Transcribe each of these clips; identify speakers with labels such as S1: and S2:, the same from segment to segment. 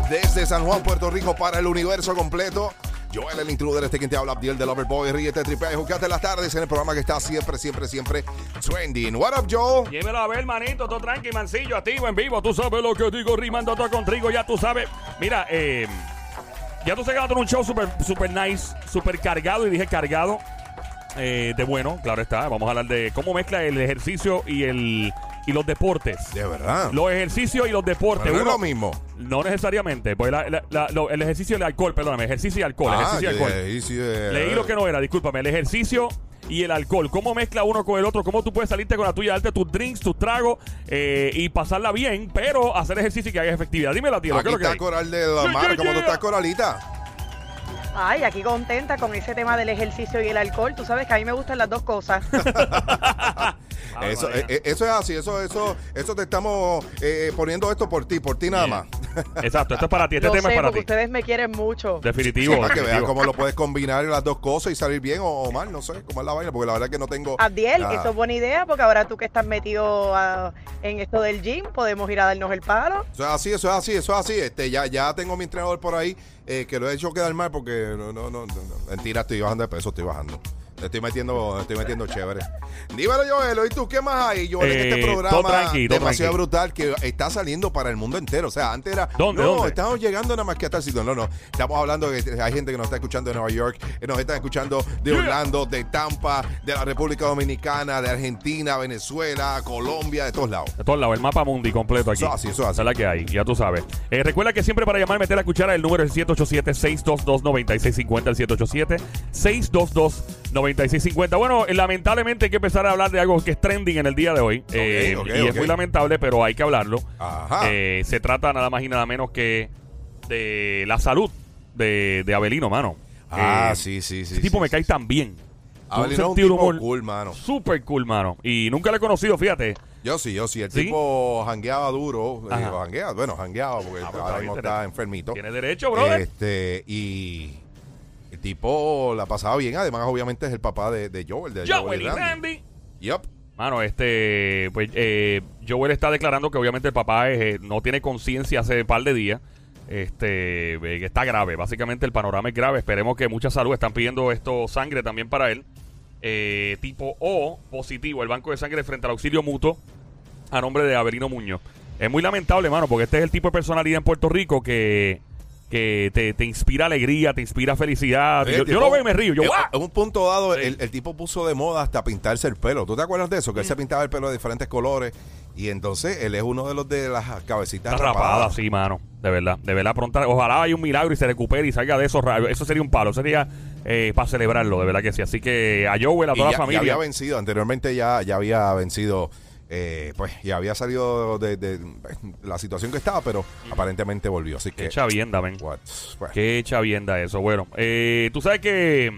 S1: desde San Juan, Puerto Rico para el universo completo. Joel, el intruder, este quien te habla, Abdiel de Loverboy, ríete, tripea y juzgate las tardes en el programa que está siempre, siempre, siempre trending. What up, Joe?
S2: Llévelo a ver, manito, todo tranqui, mancillo, activo, en vivo. Tú sabes lo que digo, rimando todo con trigo, ya tú sabes. Mira, eh, ya tú sabes que va a tener un show super, super nice, super cargado, y dije cargado, eh, de bueno, claro está. Vamos a hablar de cómo mezcla el ejercicio y, el, y los deportes.
S1: De verdad.
S2: Los ejercicios y los deportes.
S1: Pero no es
S2: Uno-
S1: lo mismo.
S2: No necesariamente, pues la- la- la- lo- el ejercicio y el alcohol, perdóname, ejercicio y alcohol,
S1: Ah,
S2: Oh, ejercicio y
S1: yo
S2: alcohol.
S1: dije, y si, eh,
S2: Leí lo que no era, discúlpame. El ejercicio y el alcohol. ¿Cómo mezcla uno con el otro? ¿Cómo tú puedes salirte con la tuya, darte tus drinks, tus tragos eh, y pasarla bien, pero hacer ejercicio y que hagas efectividad? Dímelo, tío. ¿qué
S1: Aquí
S2: es lo que
S1: está
S2: hay?
S1: Coral de la
S2: Yeah,
S1: Mar,
S2: yeah,
S1: como tú
S2: yeah.
S1: estás, Coralita.
S3: Ay, aquí contenta con ese tema del ejercicio y el alcohol. Tú sabes que a mí me gustan las dos cosas.
S2: Este Ah,
S1: Eso,
S2: María.
S1: eh, eh, eso es así, eso, eso, eso te estamos eh, poniendo esto por ti, por ti nada más.
S2: Exacto, esto es para ti, este
S3: Lo
S2: tema
S3: sé,
S2: es para
S3: porque
S2: ti.
S3: ustedes me quieren mucho.
S2: Definitivo.
S1: para que veas
S2: definitivo.
S1: cómo lo puedes combinar las dos cosas y salir bien o, o mal, no sé, cómo es la vaina, porque la verdad es que no tengo.
S3: Abdiel,
S1: nada.
S3: eso es buena idea, porque ahora tú que estás metido ah, en esto del gym, podemos ir a darnos el palo.
S1: Eso es así, eso es así, eso es así. Este, ya, ya tengo mi entrenador por ahí eh, que lo he hecho quedar mal porque no, no, no, no, no. Mentira, estoy bajando de peso, estoy bajando. Le estoy metiendo, le estoy metiendo chévere. Dímelo, Joel, ¿y tú qué más hay, Joel? en
S2: Eh,
S1: este
S2: todo
S1: programa
S2: tranqui, todo
S1: demasiado
S2: tranqui.
S1: brutal que está saliendo para el mundo entero. O sea, antes era.
S2: ¿Dónde,
S1: No,
S2: dónde?
S1: estamos llegando nada más que a tal sitio. No, no. Estamos hablando de que hay gente que nos está escuchando de Nueva York, eh, nos está escuchando de
S2: Yeah.
S1: Orlando, de Tampa, de la República Dominicana, de Argentina, Venezuela, Colombia, de todos lados.
S2: De todos lados, el mapa mundi completo aquí.
S1: Eso así, eso así.
S2: Esa es la que hay, ya tú sabes. Eh, recuerda que siempre para llamar, meter la cuchara, el número es 787-622-9650, el 787-622-9650. Bueno, eh, lamentablemente hay que empezar a hablar de algo que es trending en el día de hoy. Eh,
S1: ok,
S2: y es
S1: ok.
S2: muy lamentable, pero hay que hablarlo.
S1: Ajá.
S2: Eh, se trata nada más y nada menos que de la salud de, de Abelino, mano.
S1: Ah,
S2: Eh,
S1: sí, sí, sí.
S2: Ese tipo
S1: sí,
S2: me
S1: sí.
S2: cae tan bien. Con
S1: Abelino es un
S2: sentido de
S1: tipo
S2: humor
S1: cool, mano.
S2: Súper cool, mano. Y nunca lo he conocido, fíjate.
S1: Yo sí, yo sí. El
S2: ¿Sí?
S1: tipo jangueaba duro. eh,
S2: Ajá.
S1: janguea, bueno, jangueaba porque
S2: Ah, pues, está
S1: ahora mismo
S2: bien,
S1: está
S2: tenés-
S1: enfermito.
S2: Tiene derecho, brother.
S1: Este, y el tipo la pasaba bien. Además, obviamente es el papá de, de Joel, de
S2: Joel y
S1: Randy.
S2: Randy.
S1: Yup.
S2: Mano, este, pues eh, Joel está declarando que obviamente el papá es, eh, no tiene conciencia hace un par de días. Este, eh, que está grave. Básicamente el panorama es grave. Esperemos que mucha salud. Están pidiendo esto sangre también para él. Eh, tipo O positivo, el banco de sangre frente al auxilio mutuo a nombre de Averino Muñoz. Es muy lamentable, mano, porque este es el tipo de personalidad en Puerto Rico que, que te, te inspira alegría, te inspira felicidad.
S1: Oye,
S2: Ah, Yo,
S1: el
S2: yo
S1: tipo- eh,
S2: lo veo y me río. Yo,
S1: en,
S2: ¡guau!
S1: en un punto dado,
S2: Sí.
S1: el, el tipo puso de moda hasta pintarse el pelo. ¿Tú te acuerdas de eso? Que él se
S2: Mm.
S1: pintaba el pelo de diferentes colores. Y entonces él es uno de los de las cabecitas
S2: Está rapada, sí, mano. De verdad, de verdad, pronta. Ojalá haya un milagro y se recupere y salga de eso. ra- Eso sería un palo. Sería eh, para celebrarlo, de verdad que sí. Así que a Joel, a
S1: Y
S2: toda la
S1: ya, ya
S2: familia.
S1: había vencido, anteriormente ya, ya había vencido, eh, pues ya había salido de, de- la situación que estaba, pero
S2: Mm.
S1: aparentemente volvió. Así
S2: Qué
S1: que,
S2: chavienda, men.
S1: what, Pues, bueno.
S2: Qué chavienda eso. Bueno, eh, tú sabes que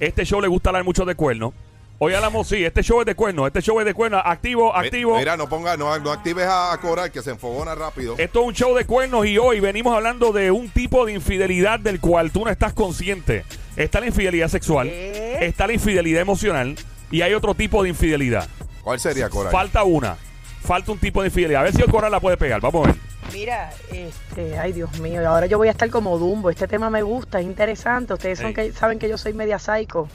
S2: este show le gusta hablar mucho de cuernos. Hoy hablamos, sí, este show es de cuernos, este show es de cuernos. Activo,
S1: Mi-
S2: activo.
S1: Mira, no ponga, no, no actives a, a Coral que se enfogona rápido.
S2: Esto es un show de cuernos y hoy venimos hablando de un tipo de infidelidad del cual tú no estás consciente. Está la infidelidad sexual,
S3: ¿Qué?
S2: está la infidelidad emocional y hay otro tipo de infidelidad.
S1: ¿Cuál sería Coral?
S2: Falta una, falta un tipo de infidelidad. A ver si el coral la puede pegar, vamos a ver.
S3: Mira, este, ay Dios mío, ahora yo voy a estar como Dumbo. Este tema me gusta, es interesante. Ustedes son
S2: Ey.
S3: que, saben que yo soy media psycho.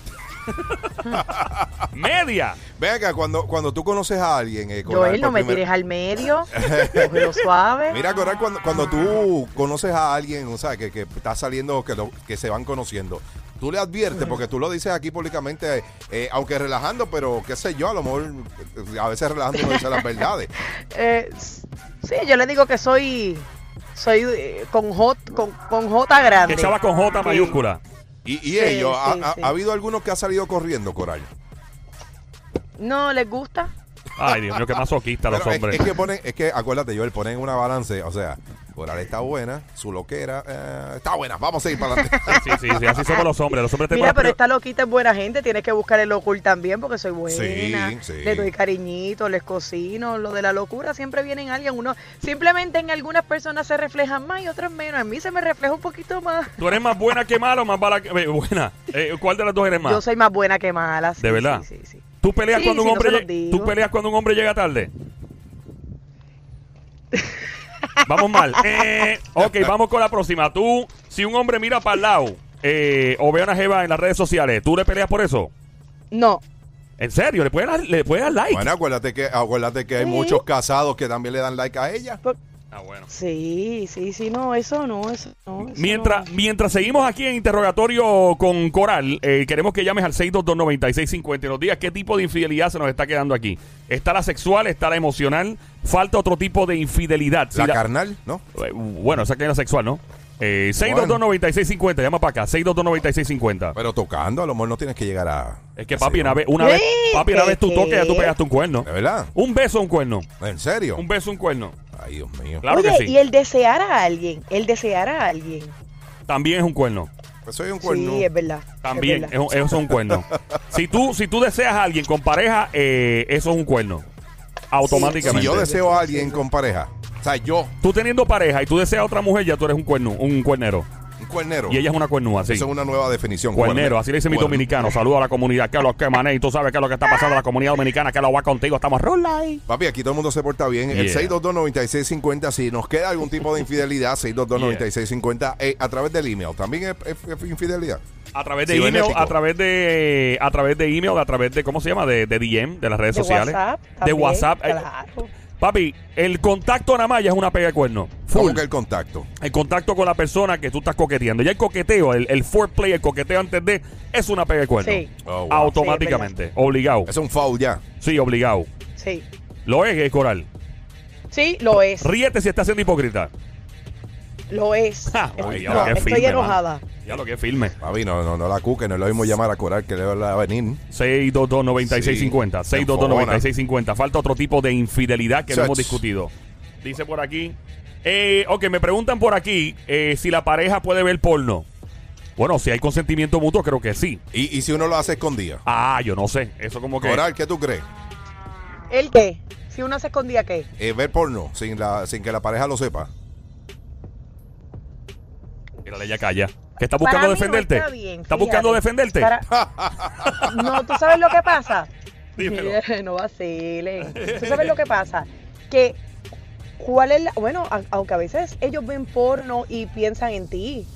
S2: Media.
S1: Venga, cuando, cuando tú conoces a alguien, eh, Coral.
S3: Joel, no
S1: por
S3: me
S1: primera-
S3: tires al medio, cógelo suave.
S1: Mira, Coral, cuando, cuando tú conoces a alguien, o sea, que, que está saliendo, que, lo- que se van conociendo, tú le adviertes, porque tú lo dices aquí públicamente, eh, aunque relajando, pero qué sé yo, a lo mejor eh, a veces relajando no dice las verdades.
S3: Eh, s- sí, yo le digo que soy, soy eh, con J, con, con J grande.
S2: Que chava con J
S3: Sí.
S2: mayúscula.
S1: Y, y ellos, ha,
S3: sí,
S1: ha-
S3: sí.
S1: ha habido algunos que ha salido corriendo, Coral.
S3: No, ¿les gusta?
S2: Ay, Dios mío, qué masoquista los
S1: Pero es-
S2: hombres.
S1: Es, que ponen, es que acuérdate, Joel, ponen una balance, o sea, Coral está buena, su loquera eh, está buena, vamos a seguir para adelante.
S2: Sí, sí, sí, así somos los hombres. Los hombres tenemos
S3: Mira,
S2: las
S3: pero
S2: pri-
S3: esta loquita es buena gente, tienes que buscar el locul también porque soy buena.
S1: Sí, sí.
S3: Le doy cariñito, les cocino. Lo de la locura siempre viene en alguien. Uno, simplemente en algunas personas se reflejan más y otras menos. En mí se me refleja un poquito más.
S2: ¿Tú eres más buena que mala o más mala que eh, buena? Eh, ¿Cuál de las dos eres más?
S3: Yo soy más buena que mala. sí,
S2: ¿De verdad?
S3: Sí, sí, sí.
S2: ¿Tú peleas,
S3: Sí,
S2: cuando un
S3: sí, no
S2: hombre
S3: se los
S2: lle-
S3: digo.
S2: ¿Tú peleas cuando un hombre llega tarde? vamos mal. Eh, ok, vamos con la próxima. Tú, si un hombre mira para el lado eh, o ve a una jeva en las redes sociales, ¿tú le peleas por eso?
S3: No,
S2: ¿En serio? ¿Le puedes dar, le puedes dar like?
S1: Bueno, acuérdate que, acuérdate que hay
S3: Sí.
S1: muchos casados que también le dan like a ella.
S2: Ah, bueno.
S3: sí, sí, sí, no, eso no, eso no. eso
S2: Mientras,
S3: no.
S2: mientras seguimos aquí en interrogatorio con Coral, eh, queremos que llames al 622-9650 y nos digas qué tipo de infidelidad se nos está quedando aquí. Está la sexual, está la emocional, falta otro tipo de infidelidad. Si
S1: La
S2: la-
S1: carnal, ¿no?
S2: Eh, bueno, esa que era sexual, ¿no? Eh, 622-9650, llama para acá, 622-9650.
S1: Pero tocando, a lo mejor no tienes que llegar a.
S2: Es que
S1: a
S2: papi,
S1: ese-
S2: una vez, una
S3: Sí,
S2: vez, papi, una vez tú
S3: ¿qué?
S2: toques, ya tú pegaste un cuerno.
S1: ¿De verdad?
S2: Un beso, un cuerno.
S1: ¿En serio?
S2: Un beso, un cuerno.
S1: Ay, Dios mío.
S2: Claro
S3: Oye,
S2: que sí.
S3: y el desear a alguien, el desear a alguien.
S2: También es un cuerno.
S1: Pues soy un cuerno.
S3: Sí, es verdad. es
S2: También,
S3: verdad.
S2: es un- eso es un cuerno. si, tú, si tú deseas a alguien con pareja, eh, eso es un cuerno. Automáticamente.
S1: si yo deseo a alguien con pareja, o sea, yo,
S2: tú teniendo pareja y tú deseas a otra mujer, ya tú eres un cuerno, un cuernero.
S1: un cuernero.
S2: Y ella es una cuernúa, sí.
S1: Eso es una nueva definición.
S2: Cuernero, así le dice mi
S1: Cuerno.
S2: dominicano. Saludo a la comunidad. Que lo que mané. Y tú sabes que es lo que está pasando en la comunidad dominicana. Que lo va contigo. Estamos roll ahí.
S1: Papi, aquí todo el mundo se porta bien. El
S2: Yeah.
S1: 622-9650, si nos queda algún tipo de infidelidad, 622-9650, eh, a través del email. También es, es- es infidelidad.
S2: A través de email,
S1: Cibernético.
S2: a través de a través de email, a través de ¿cómo se llama? De, de DM, de las redes
S3: De
S2: sociales.
S3: WhatsApp.
S2: de
S3: también,
S2: WhatsApp. Eh,
S3: claro.
S2: Papi, el contacto nada más ya es una pega de cuerno. Full.
S1: ¿Cómo que el contacto?
S2: El contacto con la persona que tú estás coqueteando. Ya el coqueteo, el, el foreplay, el coqueteo antes de, es una pega de cuerno.
S3: Sí.
S1: Oh, wow.
S2: Automáticamente. obligado.
S1: Es un foul ya.
S2: Sí, obligado.
S3: Sí.
S2: Lo es, eh, Coral.
S3: Sí, lo es.
S2: Ríete si estás siendo hipócrita.
S3: Lo es.
S2: Ja,
S3: Estoy-
S2: oye,
S3: no,
S2: Ah, qué
S3: estoy
S2: firme,
S3: enojada.
S2: mano. Ya lo que es firme.
S1: Papi, no, no, no la cuque, no es lo mismo llamar a Coral que le va a venir.
S2: 622-9650.
S1: Sí,
S2: 622-9650. Falta otro tipo de infidelidad que no
S1: Sach.
S2: hemos discutido. Dice por aquí. Eh, ok, me preguntan por aquí eh, si la pareja puede ver porno. Bueno, si hay consentimiento mutuo, creo que sí.
S1: Y, y si uno lo hace escondida.
S2: Ah, yo no sé. Eso como que.
S1: Coral, ¿qué tú crees?
S3: ¿El qué? Si uno se escondía, ¿qué?
S1: Eh, ver porno sin, la, sin que la pareja lo sepa.
S2: Mírale, ya calla. Que está
S3: Para
S2: buscando
S3: mí no
S2: defenderte.
S3: Está, bien,
S2: ¿Está
S3: fíjate.
S2: buscando defenderte.
S3: Para- No, ¿tú sabes lo que pasa?
S2: Dímelo.
S3: no vacilen. ¿Tú sabes lo que pasa? Que, ¿cuál es la...? Bueno, a- aunque a veces ellos ven porno y piensan en ti.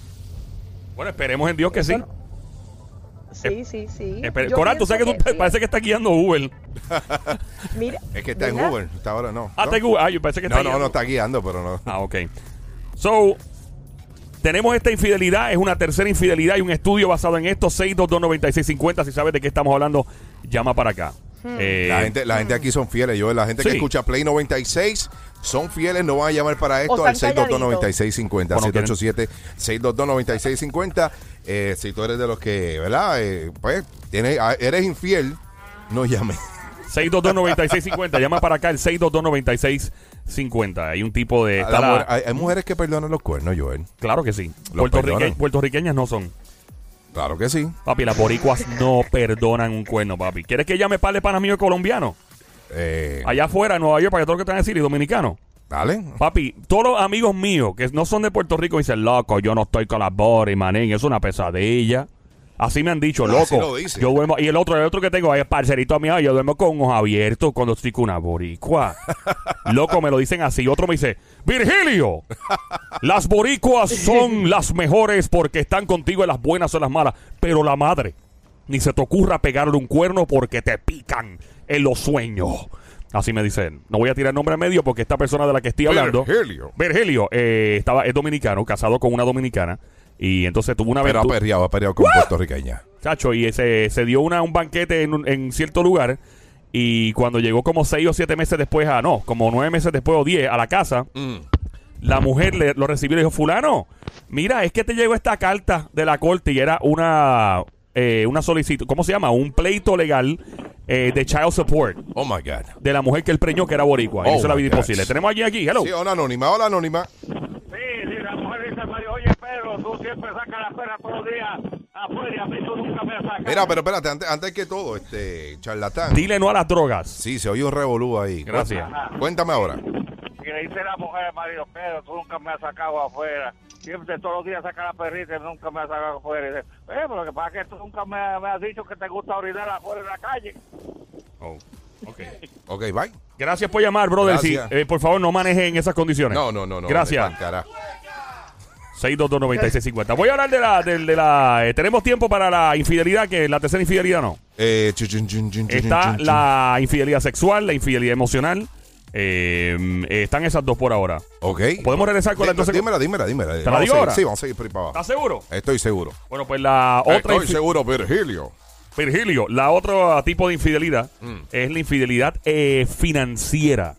S2: Bueno, esperemos en Dios que sí.
S3: Eso Sí, sí, sí.
S2: Espere-
S3: Yo
S2: Eh, Coral, tú
S3: pienso
S2: sabes que tú
S3: sí.
S2: parece que está guiando Uber.
S3: Mira,
S1: Es que está
S3: ¿verdad?
S1: en Uber, está ahora no.
S2: Ah,
S1: ¿No?
S2: está en Uber. Ah, yo pensé que
S1: No,
S2: está
S1: no,
S2: guiando.
S1: no está guiando, pero no.
S2: Ah, ok. So, tenemos esta infidelidad, es una tercera infidelidad y un estudio basado en esto, 6229650. Si sabes de qué estamos hablando, llama para acá. Eh,
S1: La gente, la gente aquí son fieles, yo. La gente que
S2: Sí.
S1: escucha Play 96 son fieles, no van a llamar para esto
S4: O
S1: al
S4: están
S1: 622-9650.
S2: Bueno,
S1: 787-622-9650. Eh, si tú eres de los que, ¿verdad? Eh, pues, tienes, ah, eres infiel, no llames.
S2: 622-9650. Llama para acá el 622-9650. Hay un tipo de.
S1: La
S2: está la-
S1: mujer- hay, hay mujeres que perdonan los cuernos, Joel.
S2: claro que sí.
S1: Lo
S2: Puertorrique-
S1: perdonan.
S2: puertorriqueñas no son.
S1: Claro que sí.
S2: Papi, las boricuas no perdonan un cuerno, papi. ¿Quieres que llame par de panas míos colombianos?
S1: Eh,
S2: Allá afuera, en Nueva York, para que todo lo que te van a decir, y dominicanos.
S1: dale.
S2: Papi, todos los amigos míos que no son de Puerto Rico dicen, loco, yo no estoy con las boris, manín, es una pesadilla. Así me han dicho,
S1: Así
S2: loco.
S1: lo dice.
S2: Yo duermo, y el otro, el otro que tengo es parcerito mío, yo duermo con ojos abiertos cuando estoy con una boricua. loco, me lo dicen así. Otro me dice, Virgilio, las boricuas son las mejores porque están contigo en las buenas o en las malas, pero la madre, ni se te ocurra pegarle un cuerno porque te pican en los sueños. Así me dicen. No voy a tirar nombre en medio porque esta persona de la que estoy hablando.
S1: Virgilio.
S2: Virgilio, eh, estaba, es dominicano, casado con una dominicana. Y entonces tuvo una
S1: Pero ha
S2: aventura.
S1: perreado, ha perreado con puertorriqueña.
S2: Chacho, y se, se dio una, un banquete en, un- en cierto lugar. Y cuando llegó como seis o siete meses después a. No, como nueve meses después o diez a la casa.
S1: Mm.
S2: La mujer le- lo recibió y le dijo: Fulano, mira, es que te llegó esta carta de la corte y era una. eh, una solicitud. ¿Cómo se llama? Un pleito legal eh, de child support
S1: Oh my God.
S2: de la mujer que él preñó que era boricua. y
S1: Oh,
S2: hizo la
S1: my
S2: vida
S1: God.
S2: imposible. Tenemos alguien aquí. Hello.
S1: Sí, oh. hola anónima, hola anónima.
S5: Sí, sí, la mujer dice, Mario, oye, Pedro, tú siempre sacas la perra todos los días afuera y a mí tú nunca me sacas.
S1: Mira, pero espérate, antes, antes que todo, este charlatán.
S2: Dile no a las drogas.
S1: Sí, se oye un revolú ahí.
S2: Gracias.
S1: Cuéntame ahora.
S5: Y le dice la mujer, Mario, Pedro, tú nunca me has sacado afuera. Siempre todos los días sacas la perrita y nunca me has sacado afuera. Y dice, eh, pero lo que pasa es que tú nunca me, me has dicho que te gusta orinar afuera en la calle.
S1: Ok, bye.
S2: Gracias por llamar, brother. Sí,
S1: Gracias.
S2: eh, por favor, no maneje en esas condiciones.
S1: No, no, no, no.
S2: Gracias.
S1: pa'l carajo.
S2: 6229650. Voy a hablar de la. del- de la eh, tenemos tiempo para la infidelidad, que la tercera infidelidad no.
S1: Eh, chun, chun, chun, chun, chun,
S2: Está
S1: chun, chun.
S2: la infidelidad sexual, la infidelidad emocional. Eh, mm, eh, están esas dos por ahora.
S1: Ok.
S2: Podemos regresar con la
S1: Dí-
S2: entonces.
S1: Dímela, dímela, dímela.
S2: la
S1: Vamos
S2: digo
S1: a seguir,
S2: ahora?
S1: Sí, vamos a seguir por ahí para abajo.
S2: ¿Estás seguro?
S1: Estoy seguro.
S2: Bueno, pues la otra.
S1: Eh, Estoy
S2: infi-
S1: seguro, Virgilio.
S2: Virgilio, la otra tipo de infidelidad
S1: Mm.
S2: es la infidelidad eh, financiera.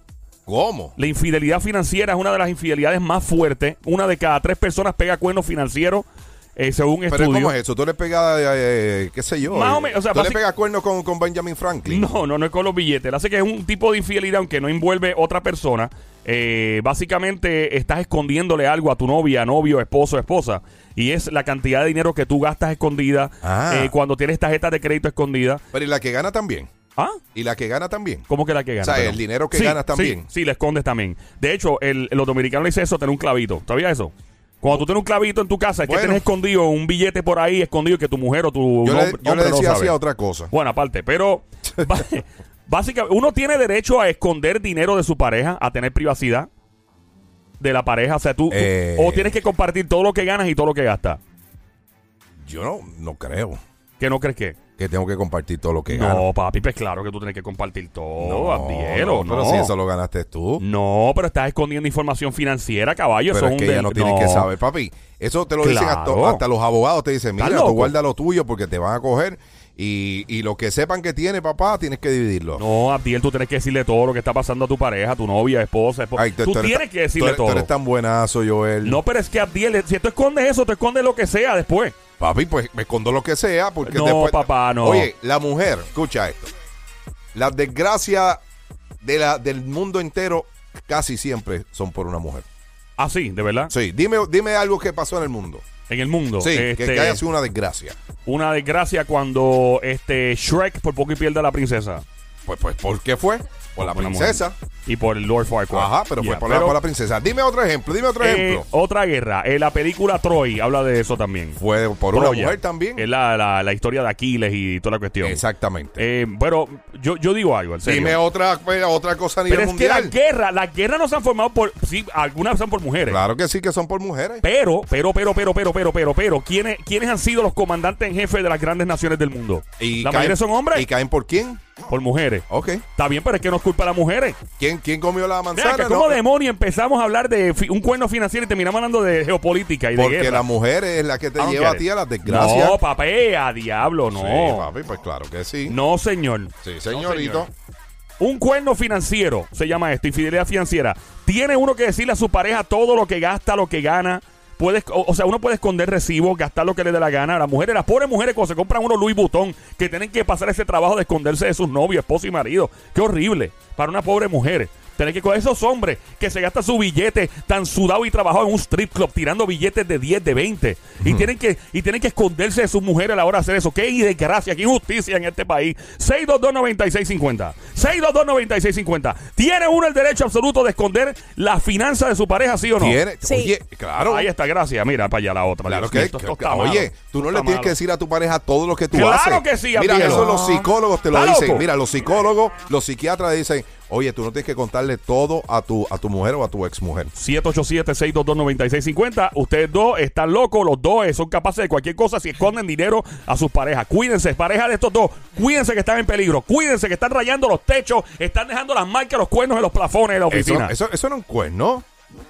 S1: ¿Cómo?
S2: La infidelidad financiera es una de las infidelidades más fuertes. Una de cada tres personas pega cuernos financieros, eh, según
S1: Pero
S2: estudios.
S1: ¿cómo es eso? ¿Tú le pegas, eh, eh, qué sé yo?
S2: Más o
S1: eh,
S2: menos, o sea,
S1: ¿Tú le
S2: basic-
S1: pegas cuernos con, con Benjamin Franklin?
S2: No, no, no es con los billetes. Hace que es un tipo de infidelidad, aunque no envuelve otra persona. Eh, básicamente estás escondiéndole algo a tu novia, novio, esposo, esposa. Y es la cantidad de dinero que tú gastas escondida
S1: Ah.
S2: eh, cuando tienes tarjetas de crédito escondida.
S1: Pero ¿y la que gana también?
S2: ¿Ah?
S1: ¿Y la que gana también?
S2: ¿Cómo que la que gana?
S1: O sea,
S2: Perdón.
S1: el dinero que
S2: Sí,
S1: ganas
S2: sí,
S1: también.
S2: Sí, le escondes también. De hecho, el, los dominicanos le dicen eso, tener un clavito. ¿Sabías eso? Cuando tú tienes un clavito en tu casa, es
S1: Bueno.
S2: que tienes escondido un billete por ahí, escondido que tu mujer o tu
S1: Yo le,
S2: hom-
S1: yo le
S2: hombre Uh, no
S1: decía así
S2: sabe.
S1: a otra cosa.
S2: Bueno, aparte, pero ba- básicamente uno tiene derecho a esconder dinero de su pareja, a tener privacidad de la pareja. O sea, tú, tú-
S1: Eh.
S2: o tienes que compartir todo lo que ganas y todo lo que gastas.
S1: Yo no, no creo
S2: ¿Qué no crees que?
S1: que tengo que compartir todo lo que gano.
S2: No, papi, pues claro que tú tienes que compartir todo,
S1: no,
S2: Abdielo,
S1: pero
S2: no.
S1: si eso lo ganaste tú.
S2: No, pero estás escondiendo información financiera, caballo.
S1: Pero
S2: eso
S1: es que
S2: un
S1: ya
S2: del-
S1: no tienen que saber, papi. Eso te lo dicen hasta,
S2: Claro.
S1: hasta los abogados. Te dicen, mira, tú
S2: loco?
S1: guarda lo tuyo porque te van a coger. Y, y lo que sepan que tiene, papá, tienes que dividirlo.
S2: No, Abdiel, tú tienes que decirle todo lo que está pasando a tu pareja, a tu novia, esposa, esposa.
S1: Ay,
S2: tú,
S1: eres
S2: tienes
S1: tan-
S2: que decirle
S1: tú eres- Tú
S2: todo.
S1: eres tan buenazo, Joel.
S2: No, pero es que Abdiel, si tú escondes eso, te escondes lo que sea después.
S1: Papi, pues me escondo lo que sea porque
S2: No,
S1: después...
S2: papá, no.
S1: Oye, la mujer, escucha esto. Las desgracias de la, del mundo entero casi siempre son por una mujer.
S2: Así, de verdad.
S1: Sí, dime, dime algo que pasó en el mundo.
S2: En el mundo.
S1: Sí, que-
S2: Este,
S1: que, haya sido una desgracia.
S2: Una desgracia cuando este Shrek por poco y pierde a la princesa.
S1: Pues, pues, ¿por qué fue? Por la
S2: Por una
S1: princesa.
S2: mujer. Y por el Lord Farquaad.
S1: Ajá, pero
S2: Yeah,
S1: fue por, la, por la princesa. Dime otro ejemplo, dime otro
S2: eh,
S1: ejemplo.
S2: otra guerra. Eh, la película Troy habla de eso también.
S1: Fue por una
S2: Troya,
S1: mujer también.
S2: que Es la, la- la historia de Aquiles y toda la cuestión.
S1: Exactamente.
S2: Eh, pero yo, yo digo algo, en serio.
S1: dime otra, pues, otra cosa a nivel
S2: pero es que
S1: mundial.
S2: las guerras, las guerras no se han formado por. Sí, algunas son por mujeres.
S1: Claro que sí, que son por mujeres.
S2: Pero, pero, pero, pero, pero, pero, pero, pero, ¿quiénes, ¿quiénes han sido los comandantes en jefe de las grandes naciones del mundo?
S1: Y
S2: ¿La
S1: caen-
S2: mayoría son hombres?
S1: ¿Y caen por quién?
S2: por mujeres.
S1: Ok.
S2: Está bien, pero es que no es culpa de las mujeres.
S1: ¿Quién, quién comió la
S2: Mira,
S1: manzana?
S2: que
S1: No,
S2: ¿Cómo demonio empezamos a hablar de fi- un cuerno financiero y terminamos hablando de geopolítica y de
S1: Porque
S2: guerra?
S1: la mujer es la que te
S2: I don't
S1: lleva
S2: get
S1: a ti
S2: it.
S1: a las desgracias.
S2: No, papea, diablo, no.
S1: Sí, papi, pues claro que sí.
S2: No, señor.
S1: Sí, señorito.
S2: Un cuerno financiero se llama esto, infidelidad financiera. Tiene uno que decirle a su pareja todo lo que gasta, lo que gana. Puedes, o, o sea, uno puede esconder recibos, gastar lo que le dé la gana. Las mujeres, las pobres mujeres, cuando se compran unos Louis Vuitton, que tienen que pasar ese trabajo de esconderse de sus novios, esposos y maridos. Qué horrible para una pobre mujer. Tener que con esos hombres que se gastan su billete tan sudado y trabajado en un strip club tirando billetes de 10, de 20. Y tienen que y tienen que esconderse de sus mujeres a la hora de hacer eso. Qué desgracia, qué injusticia en este país. 622-9650. 622-9650. ¿Tiene uno el derecho absoluto de esconder la finanza de su pareja, sí o no?
S1: Tiene-
S4: Sí.
S1: Oye, claro.
S2: Ahí está, gracias. Mira, para allá la otra.
S1: Claro
S2: Dios
S1: que,
S2: mío, esto- esto está malo.
S1: oye, tú no
S2: Esto
S1: le
S2: está
S1: tienes que
S2: malo.
S1: decir a tu pareja todo lo que tú
S2: Claro
S1: haces.
S2: que sí,
S1: Mira,
S2: Abdiel.
S1: eso los psicólogos te lo
S2: ¿Está
S1: dicen.
S2: loco?
S1: Mira, los psicólogos, los psiquiatras dicen, oye, tú no tienes que contarle todo a tu, a tu mujer o a tu exmujer.
S2: 787-622-9650. Ustedes dos están locos, los dos eh, son capaces de cualquier cosa si esconden dinero a sus parejas. Cuídense, pareja de estos dos. Cuídense que están en peligro. Cuídense que están rayando los techos, están dejando las marcas, los cuernos en los plafones de la
S1: Eso,
S2: oficina.
S1: eso, eso no es un cuerno.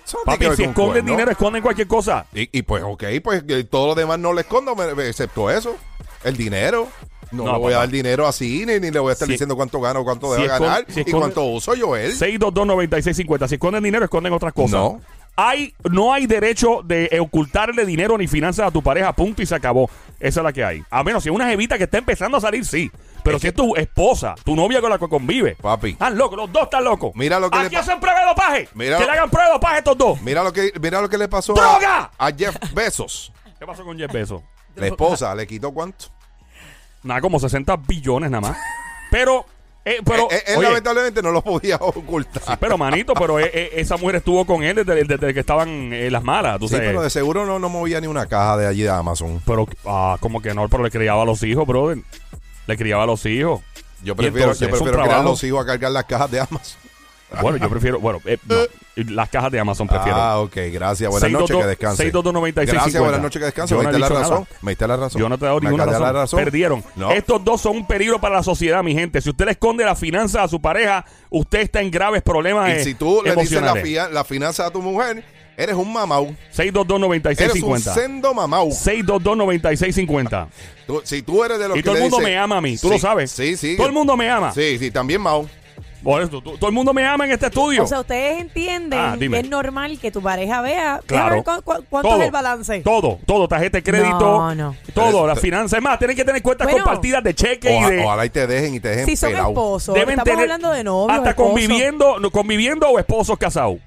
S1: Eso no tiene que
S2: Papi,
S1: ver
S2: si
S1: con
S2: esconden
S1: cuerno.
S2: dinero, esconden cualquier cosa.
S1: Y, y pues, ok, pues que todo lo demás no le escondo, me- me- excepto eso. El dinero. No,
S2: No,
S1: le voy a
S2: papá.
S1: dar dinero así, ni, ni le voy a estar
S2: Si-
S1: diciendo cuánto gano, cuánto
S2: si
S1: debo
S2: escon-
S1: ganar
S2: si
S1: y
S2: esconde-
S1: cuánto uso yo él.
S2: 622-9650. Si esconden dinero, esconden otras cosas.
S1: No.
S2: Hay, no hay derecho de eh, ocultarle dinero ni finanzas a tu pareja, punto, y se acabó. Esa es la que hay. A menos si es una jevita que está empezando a salir, sí. Pero si es tu esposa, tu novia con la que convive.
S1: Papi.
S2: Están locos, los dos están locos.
S1: Mira lo que
S2: Aquí
S1: le pa-
S2: hacen prueba de dopaje.
S1: Mira
S2: que
S1: lo-
S2: le hagan prueba de dopaje a estos dos.
S1: Mira lo que, mira lo que le pasó
S2: ¡Droga!
S1: A, a Jeff Bezos.
S2: ¿Qué pasó con 10 pesos?
S1: La esposa le quitó cuánto.
S2: Nada, como 60 billones nada más. Pero, eh, pero.
S1: Eh, eh, él,
S2: oye,
S1: lamentablemente no lo podía ocultar.
S2: sí, pero manito, pero eh, eh, esa mujer estuvo con él desde, desde que estaban eh, las malas. Tú
S1: Sí,
S2: sabes.
S1: pero de seguro no, no movía ni una caja de allí de Amazon.
S2: Pero, ah, como que no, pero le criaba a los hijos, brother. Le criaba a los hijos.
S1: Yo
S2: Y
S1: prefiero,
S2: entonces,
S1: yo
S2: es un
S1: prefiero que a
S2: trabajo.
S1: los hijos a cargar las cajas de Amazon.
S2: Bueno, yo prefiero, bueno, eh, no, las cajas de Amazon prefiero.
S1: Ah, ok, gracias. Buenas noches, que
S2: 622 622-9650.
S1: descanse. Gracias, buenas noches, que descanse.
S2: Yo
S1: Me
S2: no he
S1: diste la
S2: dicho
S1: razón.
S2: nada.
S1: Me diste la razón.
S2: Yo no te he dado
S1: Me
S2: ninguna
S1: acabas de
S2: razón.
S1: dar la razón.
S2: Perdieron.
S1: No.
S2: Estos dos son un peligro para la sociedad, mi gente. Si usted le esconde la finanza a su pareja, usted está en graves problemas eh,
S1: y si tú le dices la,
S2: emocionales.
S1: fia- la finanza a tu mujer, eres un mamau. Eres un
S2: 622-9650.
S1: sendo mamau.
S2: 622-9650.
S1: Tú- si tú eres de los
S2: Y
S1: que
S2: todo el
S1: le
S2: mundo
S1: dice-
S2: me ama a mí, tú
S1: Sí,
S2: lo sabes.
S1: Sí, sí.
S2: Todo el mundo me ama.
S1: Sí, sí, también mau.
S2: Por eso, tú- todo el mundo me ama en este estudio.
S4: O sea, ustedes entienden
S2: Ah, dime.
S4: que es normal que tu pareja vea.
S2: Claro.
S4: déjame ver cu- cu- ¿Cuánto
S2: Todo,
S4: es el balance?
S2: Todo, todo, tarjeta de crédito.
S4: No, no.
S2: Todo, las finanzas. Es más, tienen que tener cuentas
S4: Bueno.
S2: compartidas de cheque y
S1: Oja-
S2: de.
S1: Ojalá y te dejen y te dejen
S4: Si son
S1: pelao.
S4: esposos, estamos hablando de novios.
S2: Hasta
S4: esposos.
S2: conviviendo, no, conviviendo o esposos casados.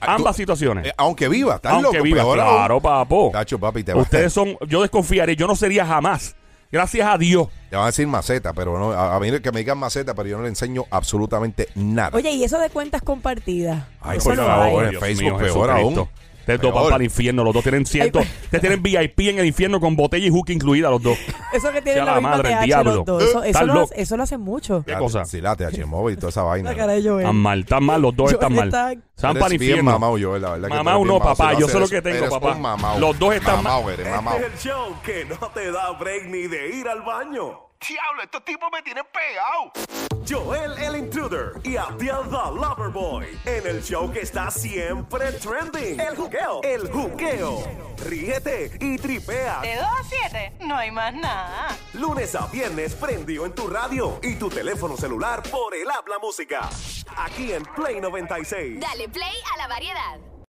S1: Ah, tú-
S2: Ambas situaciones.
S1: Eh, aunque viva, estás
S2: Aunque
S1: loco.
S2: viva,
S1: peor aún.
S2: claro, papo.
S1: Tacho, papi, te va-
S2: Ustedes son, yo desconfiaré, yo no sería jamás. Gracias a Dios.
S1: Te van a decir maceta, pero no, a, a mí que me digan maceta, pero yo no le enseño absolutamente nada.
S4: Oye, y eso de cuentas compartidas.
S1: Ay,
S4: Eso
S1: por
S4: no
S1: favor,
S4: hay.
S1: en Facebook peor
S2: Jesucristo.
S1: aún.
S2: Ustedes dos van
S1: Peor.
S2: para el infierno, los dos tienen cientos.
S4: Ay, pues.
S2: Ustedes tienen VIP en el infierno con botella y hook incluida, los dos.
S4: Eso que
S2: Sea
S4: tienen la,
S2: la
S4: misma
S2: madre, el
S4: TH
S2: diablo.
S4: los dos. Eso,
S2: Estás
S4: eso, lo,
S2: loco.
S4: hace- eso lo hacen mucho.
S2: ¿Qué cosa?
S1: Sí, la TH Móvil y toda esa vaina.
S4: La cara de Joel.
S2: Están mal, están mal, los
S4: Pues.
S2: dos
S4: Yo-
S2: están mal.
S4: está-
S2: Están
S1: Eres
S2: para el
S1: bien
S2: infierno.
S1: mamao, Joel, la verdad que
S2: Mamao
S1: tú eres bien
S2: no,
S1: mamao.
S2: papá,
S1: Si
S2: yo sé lo
S1: haces-
S2: que tengo,
S1: eres
S2: papá.
S1: un mamao.
S2: Los dos están ma-
S1: mamao, eres mamao.
S6: Este es el show que no te da break ni de ir al baño.
S7: Diablo, estos tipos me tienen pegado.
S6: Joel el Intruder y Abdiel the Loverboy en el show que está siempre trending. El juqueo. El juqueo. Ríete y tripea.
S8: De 2 a 7, no hay más nada.
S6: Lunes a viernes prendido en tu radio y tu teléfono celular por el habla música. Aquí en Play 96.
S9: Dale play a la variedad.